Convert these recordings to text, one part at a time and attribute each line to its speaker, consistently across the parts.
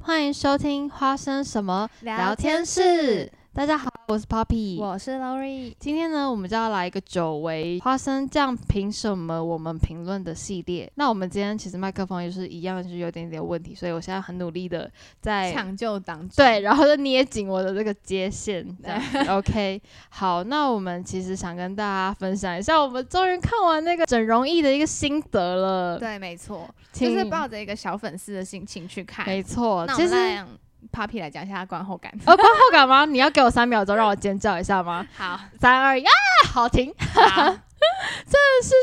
Speaker 1: 欢迎收听《花生什么聊天室》大家好，我是 Poppy。
Speaker 2: 我是 Lori。
Speaker 1: 今天呢，我们就要来一个久违花生酱凭什么我们评论的系列。那我们今天其实麦克风也是一样，就是有点点问题，所以我现在很努力的在
Speaker 2: 抢救党主
Speaker 1: 哎对，，然后就捏紧我的这个接 线。这样子 OK，好，那我们其实想跟大家分享一下，我们终于看完那个整容艺的一个心得了。
Speaker 2: 对，没错，就
Speaker 1: 请，
Speaker 2: 是抱着一个小粉丝的心情去看。
Speaker 1: 没错，
Speaker 2: 那我
Speaker 1: 其
Speaker 2: 们
Speaker 1: 实
Speaker 2: 让 Papi 来讲一下他观后感。
Speaker 1: 呃，观后感吗？你要给我三秒钟让我尖叫一下吗？
Speaker 2: 好，
Speaker 1: 三二一，啊，好停！
Speaker 2: 好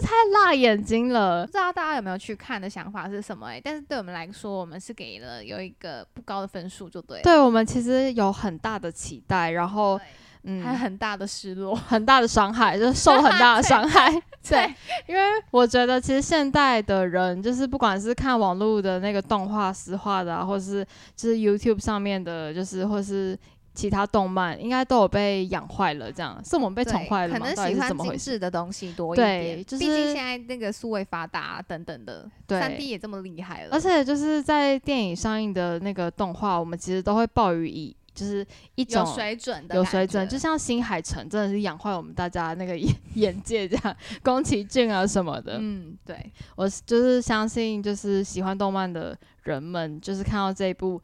Speaker 1: 太辣眼睛了
Speaker 2: 不。知道大家有没有去看的想法是什么、欸？但是对我们来说，我们是给了有一个不高的分数，就对了。
Speaker 1: 对我们其实有很大的期待，然后嗯，
Speaker 2: 还有很大的失落。
Speaker 1: 很大的伤害，就是受了很大的伤 害。对，因为我觉得其实现代的人，就是不管是看网络的那个动画、实画的啊，或是就是 YouTube 上面的，就是或是其他动漫，应该都有被养坏了。这样是我们被
Speaker 2: 被
Speaker 1: 宠坏了
Speaker 2: 可
Speaker 1: 吗？
Speaker 2: 能
Speaker 1: 到底
Speaker 2: 喜
Speaker 1: 是
Speaker 2: 欢
Speaker 1: 怎么回
Speaker 2: 精
Speaker 1: 事？
Speaker 2: 致的东西多一
Speaker 1: 对
Speaker 2: 点，
Speaker 1: 就是
Speaker 2: 毕竟现在那个数位发达啊等等的，
Speaker 1: 对
Speaker 2: 三 D 也这么厉害了，
Speaker 1: 而且就是在电影上映的那个动画，我们其实都会抱于以就是一种
Speaker 2: 有水准的，
Speaker 1: 有水准，就像新海诚真的是养坏我们大家那个眼 眼界这样，宫崎骏啊什么的，
Speaker 2: 嗯，对，
Speaker 1: 我是就是相信就是喜欢动漫的人们，就是看到这一部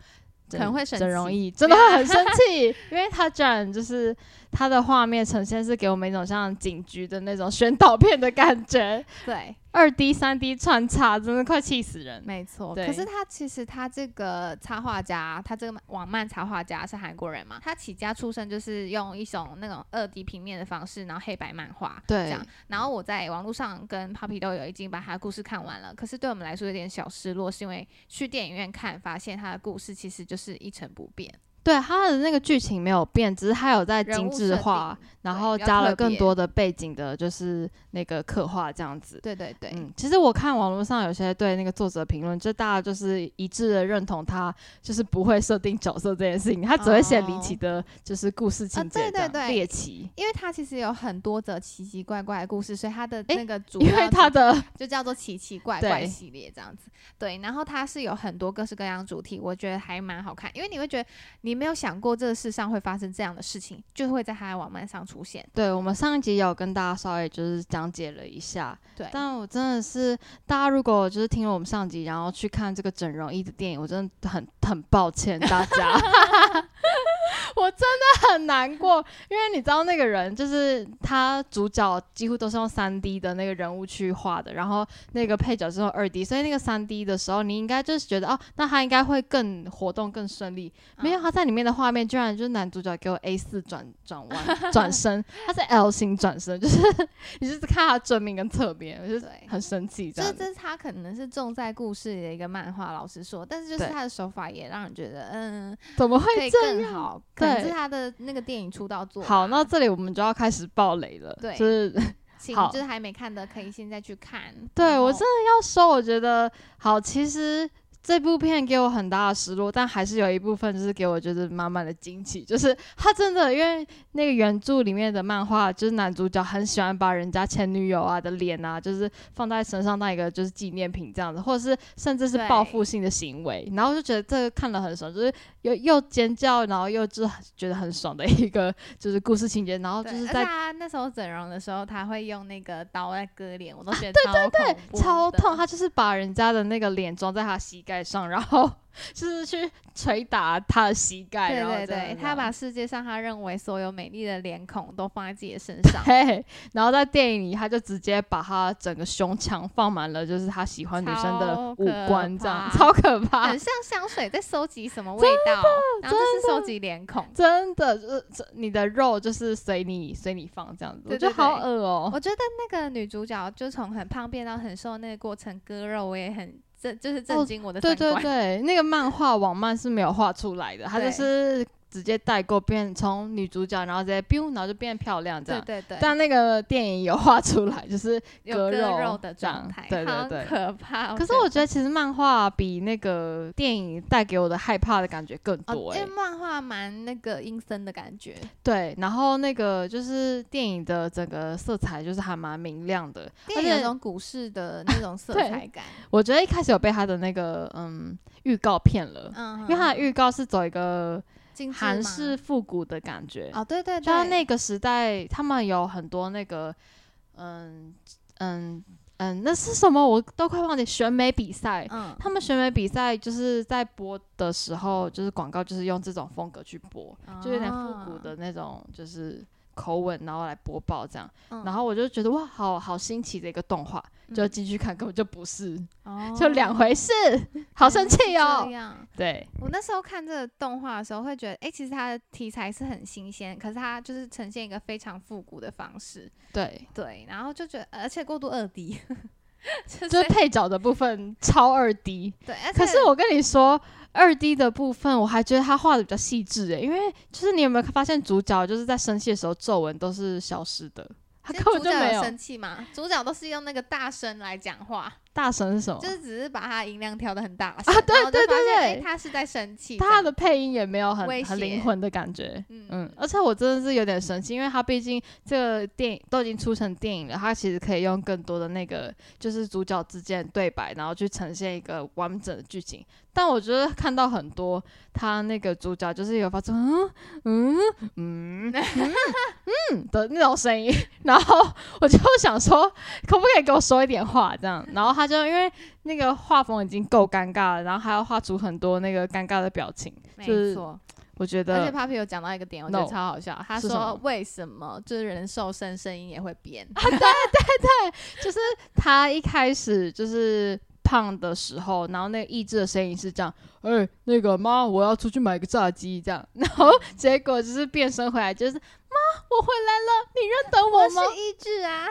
Speaker 1: 整。
Speaker 2: 可能会生
Speaker 1: 整容
Speaker 2: 气
Speaker 1: 易真的会很生 气，因为它居然就是它的画面呈现是给我们一种像警局的那种宣导片的感觉，
Speaker 2: 对，
Speaker 1: 二 D、三 D 穿插，真的快气死人。
Speaker 2: 没错。
Speaker 1: 对
Speaker 2: 可是他其实他这个插画家，他这个网漫插画家是韩国人嘛？他起家出身就是用一种那种二 D 平面的方式，然后黑白漫画。这
Speaker 1: 对
Speaker 2: 样，然后我在网络上跟 Papi 都有已经把他的故事看完了，可是对我们来说有点小失落，是因为去电影院看，发现他的故事其实就是一成不变，
Speaker 1: 对，它的那个剧情没有变，只是它有在
Speaker 2: 人
Speaker 1: 精
Speaker 2: 物
Speaker 1: 致
Speaker 2: 设定
Speaker 1: 化，，然
Speaker 2: 对
Speaker 1: 后
Speaker 2: 比较
Speaker 1: 加
Speaker 2: 特
Speaker 1: 了更
Speaker 2: 别
Speaker 1: 多的背景的，就是那个刻画这样子。
Speaker 2: 对对对，
Speaker 1: 嗯，其实我看网络上有些对那个作者评论，就大家就是一致的认同他就是不会设定角色这件事情，他只会写离奇的，就是故事情节
Speaker 2: 哦啊对
Speaker 1: 这样、
Speaker 2: 对对
Speaker 1: 猎奇。
Speaker 2: 因为他其实有很多则奇奇怪怪的故事，所以他的
Speaker 1: 诶
Speaker 2: 那个主
Speaker 1: 因为
Speaker 2: 要
Speaker 1: 他的
Speaker 2: 就叫做奇奇怪怪
Speaker 1: 对
Speaker 2: 系列这样子。对，然后它是有很多各式各样的主题，我觉得还蛮好看，因为你会觉得你没有想过这个世上会发生这样的事情，就会在它的网漫上出现。
Speaker 1: 对我们上一集有跟大家稍微就是讲解了一下，
Speaker 2: 对，
Speaker 1: 但我真的是大家如果就是听了我们上集，然后去看这个整容医的电影，我真的很很抱歉大家， 我真的很难过，因为你知道那个人就是他主角几乎都是用三 D 的那个人物去画的，然后那个配角是用二 D，所以那个三 D 的时候，你应该就是觉得哦，那他应该会更活动更顺利，没有，
Speaker 2: 嗯
Speaker 1: 他在里面的画面居然就是男主角给我 A 四转转弯 转身，他是 L 型转身，就是 你就是看他正面跟侧面，我就是哎
Speaker 2: 对
Speaker 1: 很生气这
Speaker 2: 这
Speaker 1: 样子。
Speaker 2: 这是他可能是重在故事里的一个漫画，老实说，但是就是
Speaker 1: 对
Speaker 2: 他的手法也让人觉得，嗯，
Speaker 1: 怎么
Speaker 2: 可
Speaker 1: 会
Speaker 2: 以
Speaker 1: 这样？
Speaker 2: 更好，可能
Speaker 1: 对
Speaker 2: 是他的那个电影出道作吧。
Speaker 1: 好，那这里我们就要开始爆雷了。
Speaker 2: 对
Speaker 1: 就是
Speaker 2: 请
Speaker 1: 好
Speaker 2: 就是还没看的可以现在去看。
Speaker 1: 对
Speaker 2: 然
Speaker 1: 我
Speaker 2: 后
Speaker 1: 真的要说，我觉得好，其实。这部片给我很大的失落，但还是有一部分就是给我就是满满的惊喜，就是 他真的因为那个原著里面的漫画，就是男主角很喜欢把人家前女友啊的脸啊，就是放在身上当一个就是纪念品这样子，或者是甚至是
Speaker 2: 对
Speaker 1: 报复性的行为，然后就觉得这个看了很爽，就是又又尖叫，然后又就是觉得很爽的一个就是故事情节，然后就
Speaker 2: 对，
Speaker 1: 是
Speaker 2: 而且
Speaker 1: 在
Speaker 2: 他那时候整容的时候，他会用那个刀来割脸，我
Speaker 1: 啊
Speaker 2: 都觉得超恐怖的、
Speaker 1: 超痛，他就是把人家的那个脸装在他膝盖上，然后 就是去捶打他的膝盖，
Speaker 2: 对
Speaker 1: 然后
Speaker 2: 对
Speaker 1: 这样
Speaker 2: 对，
Speaker 1: 子
Speaker 2: 他把世界上他认为所有美丽的脸孔都放在自己的身 上，
Speaker 1: 对，然后在电影里他就直接把他整个胸腔放满了，就是他喜欢女生的
Speaker 2: 超
Speaker 1: 五
Speaker 2: 可
Speaker 1: 官，这样
Speaker 2: 怕
Speaker 1: 超可怕
Speaker 2: 很，像香水在收集什么味道，然后就是收集脸孔。
Speaker 1: 真的，就是这你的肉就是随你随你放这样子，
Speaker 2: 对
Speaker 1: 我觉得
Speaker 2: 对对
Speaker 1: 好恶哦、
Speaker 2: 我觉得那个女主角就从很胖变到很瘦那个过程割肉，我也很震，就是震
Speaker 1: 哦
Speaker 2: 惊我的三
Speaker 1: 对
Speaker 2: 观。
Speaker 1: 对对，那个漫画网漫是没有画出来的，它就
Speaker 2: 对
Speaker 1: 是直接代购变从女主角，然后直接 biu，然后就变漂亮这
Speaker 2: 对
Speaker 1: 样。
Speaker 2: 对对，
Speaker 1: 但那个电影有画出来， 就是
Speaker 2: 有
Speaker 1: 割
Speaker 2: 割
Speaker 1: 肉
Speaker 2: 肉的
Speaker 1: 这样
Speaker 2: 状态，
Speaker 1: 对对
Speaker 2: 好
Speaker 1: 对
Speaker 2: 可怕。哦
Speaker 1: 可是我觉得其实漫画比那个电影带给我的害怕的感觉更
Speaker 2: 哦，
Speaker 1: 多、
Speaker 2: 因
Speaker 1: 欸。
Speaker 2: 为漫画蛮那个阴森的感觉，
Speaker 1: 对，然后那个就是电影的整个色彩就是还蛮明亮的，而
Speaker 2: 电影有
Speaker 1: 且
Speaker 2: 种股市的那种色
Speaker 1: 对
Speaker 2: 彩感，
Speaker 1: 我觉得一开始有被他的那个嗯预告骗了，
Speaker 2: 嗯，
Speaker 1: 因为他的
Speaker 2: 嗯
Speaker 1: 预告是走一个
Speaker 2: 精致
Speaker 1: 韩
Speaker 2: 吗
Speaker 1: 式复古的感觉，
Speaker 2: 哦，对对
Speaker 1: 就他
Speaker 2: 对，
Speaker 1: 那个时代他们有很多那个嗯嗯嗯那是什么我都快忘记选美比赛，
Speaker 2: 嗯
Speaker 1: 他们选美比赛就是在播的时候，就是广告就是用这种风格去播，就有点复古的那种，就是口吻，然后来播报这样。
Speaker 2: 嗯
Speaker 1: 然后我就觉得哇，好好新奇的一个动画，就进去看根本就不是，
Speaker 2: 哦
Speaker 1: 就两回事，好生气
Speaker 2: 原来是
Speaker 1: 哦
Speaker 2: 这。样，
Speaker 1: 对，
Speaker 2: 我那时候看这个动画的时候，会觉得，哎、其实它的题材是很新鲜，可是它就是呈现一个非常复古的方式，
Speaker 1: 对，
Speaker 2: 对，然后就觉得，而且过度二 D，就
Speaker 1: 就是是配角的部分超二 D，
Speaker 2: 对，而且
Speaker 1: 可是我跟你说，二 D 的部分我还觉得他画的比较细致欸诶，因为就是你有没有发现主角就是在生气的时候皱纹都是消失的，他
Speaker 2: 其实
Speaker 1: 根本
Speaker 2: 主
Speaker 1: 就
Speaker 2: 角
Speaker 1: 没
Speaker 2: 有
Speaker 1: 有。
Speaker 2: 生气嘛，主角都是用那个大声来讲话，
Speaker 1: 大神是什么
Speaker 2: 就？是只是把他的音量调的很大声
Speaker 1: 哦啊对
Speaker 2: 然后就
Speaker 1: 对
Speaker 2: 发
Speaker 1: 对
Speaker 2: 现
Speaker 1: 对
Speaker 2: 哎，他是在生气这样，
Speaker 1: 他的配音也没有很
Speaker 2: 威胁
Speaker 1: 很灵魂的感觉。
Speaker 2: 嗯
Speaker 1: 嗯，而且我真的是有点生气，因为他毕竟这个电影都已经出成电影了，他其实可以用更多的那个就是主角之间的对白，然后去呈现一个完整的剧情。但我觉得看到很多他那个主角就是有发出嗯嗯嗯嗯嗯的那种声音， 然后我就想说，可不可以给我说一点话这样？然后他就因为那个画风已经够尴尬了，然后还要画出很多那个尴尬的表情，就
Speaker 2: 没
Speaker 1: 是
Speaker 2: 错。
Speaker 1: 我觉得
Speaker 2: 而且 Papi 有讲到一个点，我觉得
Speaker 1: No
Speaker 2: 超好笑。他
Speaker 1: 是什么
Speaker 2: 说为什么就是人兽声声音也会变？
Speaker 1: 就是他一开始就是胖的时候，然后那个意志的声音是这样，哎、那个妈，我要出去买个炸鸡这样，然后结果就是变身回来，就是妈，我回来了，你认得我吗？
Speaker 2: 意 志啊，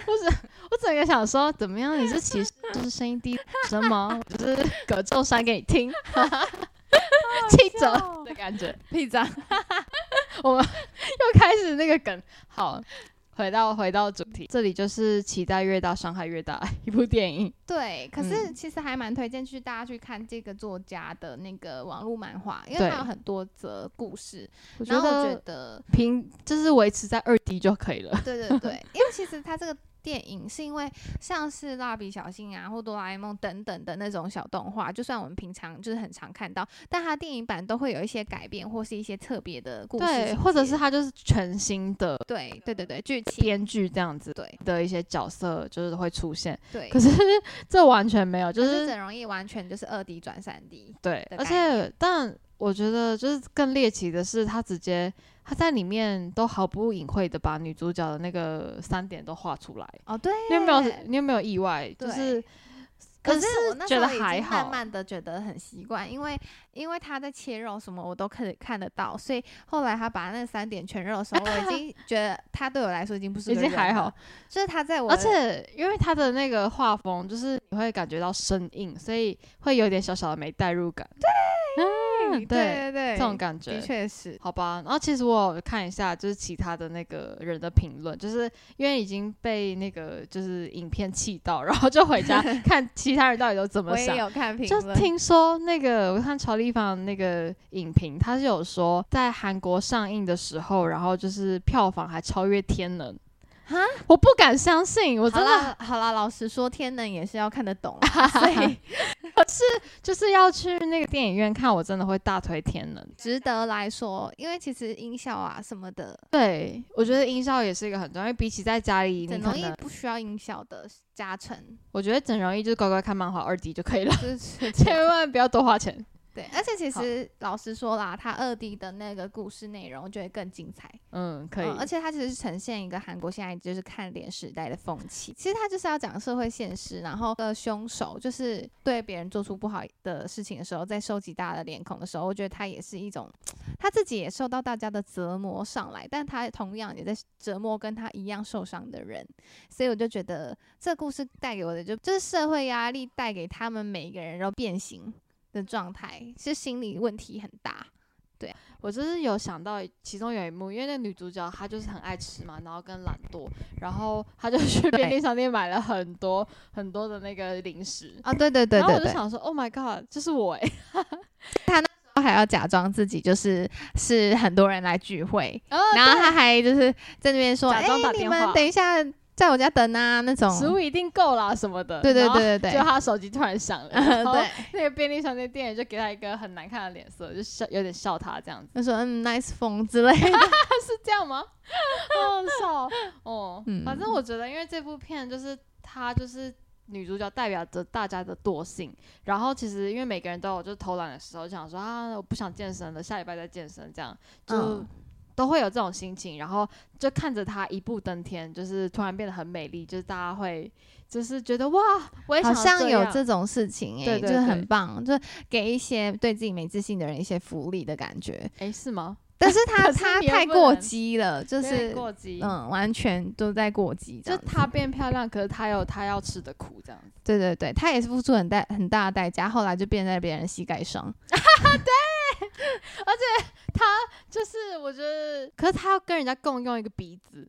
Speaker 1: 我整个想说，怎么样？你是歧视，就是声音低什么？我就是葛仲山给你听， 记者的感觉。
Speaker 2: 屁长，
Speaker 1: 又开始那个梗。好，回到回到主题，这里就是期待越大，伤害越大一部电影。
Speaker 2: 对，可是
Speaker 1: 嗯
Speaker 2: 其实还蛮推荐去大家去看这个作家的那个网络漫画，因为
Speaker 1: 对
Speaker 2: 他有很多则故事。
Speaker 1: 我觉
Speaker 2: 然后我觉
Speaker 1: 得
Speaker 2: 得，
Speaker 1: 平就是维持在二 D 就可以了。
Speaker 2: 对对对，因为其实他这个电影是因为像是蜡笔小新啊或哆啦 A 梦等等的那种小动画，就算我们平常就是很常看到，但它电影版都会有一些改变或是一些特别的故事情节，
Speaker 1: 对，或者是它就是全新的
Speaker 2: 对对对对剧情，
Speaker 1: 编剧这样子
Speaker 2: 对
Speaker 1: 的一些角色就是会出现，
Speaker 2: 对。
Speaker 1: 可是 这完全没有，就
Speaker 2: 可是
Speaker 1: 是
Speaker 2: 整容液完全就是二 D 转三 D，
Speaker 1: 对，
Speaker 2: 的
Speaker 1: 而
Speaker 2: 概
Speaker 1: 且但我觉得就是更猎奇的是，他直接他在里面都毫不隐晦的把女主角的那个三点都画出来，
Speaker 2: 哦对，
Speaker 1: 你有没有？你有没有意外？就
Speaker 2: 对
Speaker 1: 是。
Speaker 2: 可
Speaker 1: 是
Speaker 2: 我那
Speaker 1: 觉
Speaker 2: 时
Speaker 1: 得
Speaker 2: 候已
Speaker 1: 还
Speaker 2: 经
Speaker 1: 好
Speaker 2: 慢慢的觉得很习惯，因为因为他在切肉什么我都可以看得到，所以后来他把那三点全肉的时候，我已经觉得他对我来说已经不是
Speaker 1: 已
Speaker 2: 个
Speaker 1: 经
Speaker 2: 人
Speaker 1: 还
Speaker 2: 了
Speaker 1: 好，
Speaker 2: 就是他在我
Speaker 1: 而
Speaker 2: 的
Speaker 1: 且因为他的那个画风，就是你会感觉到生硬，所以会有点小小的没代入感。对，嗯，对，
Speaker 2: 对对，
Speaker 1: 这种感
Speaker 2: 的
Speaker 1: 觉。
Speaker 2: 确是，
Speaker 1: 好吧，然后其实我有看一下，就是其他的那个人的评论，就是因为已经被那个就是影片气到，然后就回 家看其他人到底都怎么
Speaker 2: 我也
Speaker 1: 想。
Speaker 2: 有看评
Speaker 1: 就
Speaker 2: 论，
Speaker 1: 听说那个，我看乔丽芳那个影评，他是有说在韩国上映的时候，然后就是票房还超越《天能》
Speaker 2: 哈，
Speaker 1: 我不敢相信，我
Speaker 2: 好
Speaker 1: 真的
Speaker 2: 啦好啦，老实说，天能也是要看 得懂啦，所以
Speaker 1: 就是要去那个电影院看，我真的会大推《天能》。
Speaker 2: 值得来说，因为其实音效啊什么的，
Speaker 1: 对，我觉得音效也是一个很重要，因为比起在家里，你
Speaker 2: 整
Speaker 1: 可
Speaker 2: 容易
Speaker 1: 能
Speaker 2: 不需要音效的 加成，
Speaker 1: 我觉得整容易就是乖乖看漫画二 D 就可以了，
Speaker 2: 就是
Speaker 1: 千万不要多花钱。
Speaker 2: 对，而且其
Speaker 1: 好
Speaker 2: 实老实说啦，他二 D 的那个故事内容，我觉得更精彩。
Speaker 1: 嗯，可以。
Speaker 2: 嗯而且它其实是呈现一个韩国现在就是看脸时代的风气。其实它就是要讲社会现实，然后呃，凶手就是对别人做出不好的事情的时候，在收集大家的脸孔的时候，我觉得他也是一种他自己也受到大家的折磨上来，但他同样也在折磨跟他一样受伤的人。所以我就觉得这故事带给我的就就是社会压力带给他们每一个人都变形的状态，是心理问题很大。对，
Speaker 1: 我就是有想到其中有一幕，因为那女主角她就是很爱吃嘛，然后跟懒惰，然后她就去
Speaker 2: 对
Speaker 1: 便利商店买了很多很多的那个零食。
Speaker 2: 啊，对对对
Speaker 1: 然后
Speaker 2: 对
Speaker 1: 我就
Speaker 2: 对，
Speaker 1: 想说，Oh my god，这是我哎、
Speaker 2: 他还要假装自己就是是很多人来聚会，
Speaker 1: 然后
Speaker 2: 然后他还就是在那边说，
Speaker 1: 哦假
Speaker 2: 哎、
Speaker 1: 装打
Speaker 2: 你
Speaker 1: 电
Speaker 2: 们
Speaker 1: 话
Speaker 2: 等一下在我家等啊那种，
Speaker 1: 食物哦一定够啦什么的。
Speaker 2: 对对
Speaker 1: 然后
Speaker 2: 对对
Speaker 1: 就
Speaker 2: 对，
Speaker 1: 他手机突然响 了，然后
Speaker 2: 对，
Speaker 1: 那个便利商店店员就给他一个很难看的脸色，就笑有点笑他这样子，
Speaker 2: 就说嗯 nice 风之类的，
Speaker 1: 是这样吗？ 好好笑哦哦。
Speaker 2: 嗯
Speaker 1: 反正我觉得，因为这部片就是他就是女主角代表着大家的惰性，然后其实因为每个人都有就是偷懒的时候，就想说啊我不想健身了，下礼拜再健身这样就。
Speaker 2: 嗯
Speaker 1: 都会有这种心情，然后就看着她一步登天，就是突然变得很美丽，就是大家会就是觉得哇，我也
Speaker 2: 好
Speaker 1: 想要
Speaker 2: 像有
Speaker 1: 样
Speaker 2: 这种事情哎、
Speaker 1: 对对
Speaker 2: 就是很
Speaker 1: 对
Speaker 2: 棒，就给一些对自己没自信的人一些福利的 感觉。
Speaker 1: 诶，是吗？
Speaker 2: 但是他
Speaker 1: 可是
Speaker 2: 他
Speaker 1: 你又
Speaker 2: 太
Speaker 1: 不
Speaker 2: 过
Speaker 1: 能
Speaker 2: 激了，就
Speaker 1: 有点
Speaker 2: 是
Speaker 1: 过激，
Speaker 2: 嗯，完全都在过激这
Speaker 1: 就
Speaker 2: 样子。
Speaker 1: 她变漂亮，可是她有她要吃的苦，这样子。
Speaker 2: 对对对，他也是付出很大很大的代价，后来就变在别人膝盖上。
Speaker 1: 就是我觉得，嗯可是她要跟人家共用一个鼻子，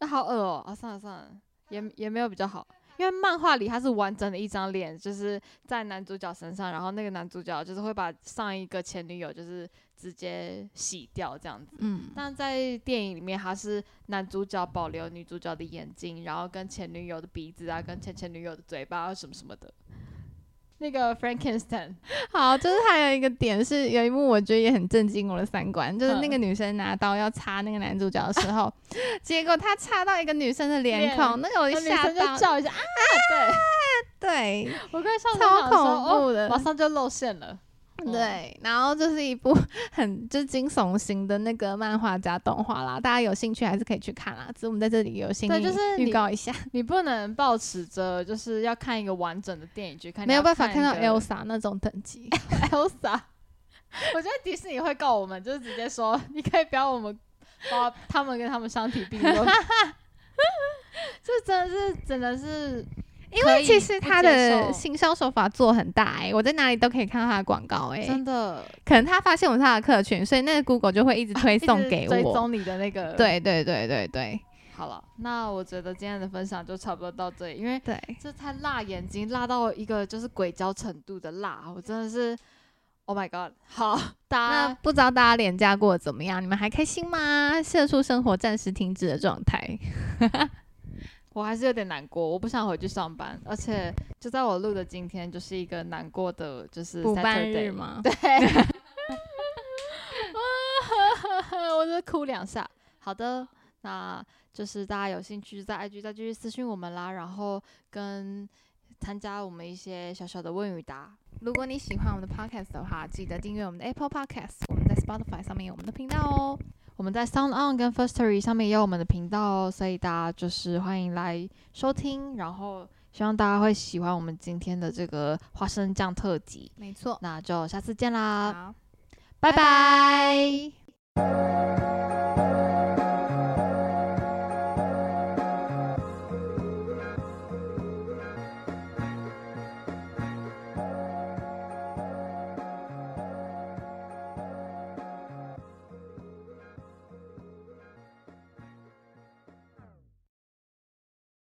Speaker 1: 那好恶哦、啊，算了算了，也也没有比较好。因为漫画里她是完整的一张脸，就是在男主角身上，然后那个男主角就是会把上一个前女友就是直接洗掉这样子。
Speaker 2: 嗯，
Speaker 1: 但在电影里面，他是男主角保留女主角的眼睛，然后跟前女友的鼻子啊，跟前前女友的嘴巴啊什么什么的。那个 Frankenstein，
Speaker 2: 好，就是还有一个点是，有一幕我觉得也很震惊我的三观，就是那
Speaker 1: 嗯
Speaker 2: 个女生拿刀要插那个男主角的时候，结果她插到一个女生的脸
Speaker 1: 脸
Speaker 2: 孔，那个我
Speaker 1: 那
Speaker 2: 就
Speaker 1: 女
Speaker 2: 吓
Speaker 1: 生就
Speaker 2: 到，
Speaker 1: 叫 一下啊，
Speaker 2: 对
Speaker 1: 对我快笑到
Speaker 2: 超
Speaker 1: 想说
Speaker 2: 恐
Speaker 1: 哦
Speaker 2: 怖的
Speaker 1: 马上就露馅了。嗯
Speaker 2: 对，然后就是一部 很就是惊悚型的那个漫画加动画啦，大家有兴趣还是可以去看啦，只是我们在这里有兴
Speaker 1: 对
Speaker 2: 趣
Speaker 1: 就是
Speaker 2: 预
Speaker 1: 你
Speaker 2: 告一下，
Speaker 1: 你不能抱持着就是要看一个完整的电影去看，
Speaker 2: 没有
Speaker 1: 你要
Speaker 2: 办法看到
Speaker 1: 一个
Speaker 2: Elsa 那种等 级。
Speaker 1: Elsa。我觉得迪士尼会告我们，就是直接说你可以不要我们把他们跟他们相提并 论。这真的是真的是
Speaker 2: 因
Speaker 1: 可
Speaker 2: 为
Speaker 1: 以
Speaker 2: 其实
Speaker 1: 不
Speaker 2: 他
Speaker 1: 接
Speaker 2: 的
Speaker 1: 受
Speaker 2: 行销手法做很大哎、我在哪里都可以看到他的广告哎、
Speaker 1: 真的
Speaker 2: 可能他发现我是他的客群，所以那个 Google 就会一直推送给
Speaker 1: 啊一直追
Speaker 2: 我。
Speaker 1: 踪你的那个。，
Speaker 2: 对对对对对
Speaker 1: 好了，那我觉得今天的分享就差不多到这里，因为
Speaker 2: 对，
Speaker 1: 这太辣眼睛，辣到一个就是鬼椒程度的辣，我真的是，Oh my god！好，大
Speaker 2: 那
Speaker 1: 家
Speaker 2: 不知道大家廉价过得怎么样？你们还开心吗？社畜生活暂时停止的状态。
Speaker 1: 我还是有点难过，我不想回去上班，而且就在我录的今天，就是一个难过的，就是
Speaker 2: 补班
Speaker 1: Saturday
Speaker 2: 日？吗？
Speaker 1: 对， 我就哭两下。好的，那就是大家有兴趣在 IG 再继续私讯我们啦，然后跟参加我们一些小小的问与答。
Speaker 2: 如果你喜欢我们的 podcast 的话，记得订阅我们的 Apple Podcast，我们在 Spotify 上面有我们的频道哦。
Speaker 1: 我们在 Sound On 跟 Firstory 上面也有我们的频道哦，所以大家就是欢迎来收听，然后希望大家会喜欢我们今天的这个花生酱特辑。
Speaker 2: 没错，
Speaker 1: 那就下次见啦，
Speaker 2: 好，
Speaker 1: 拜拜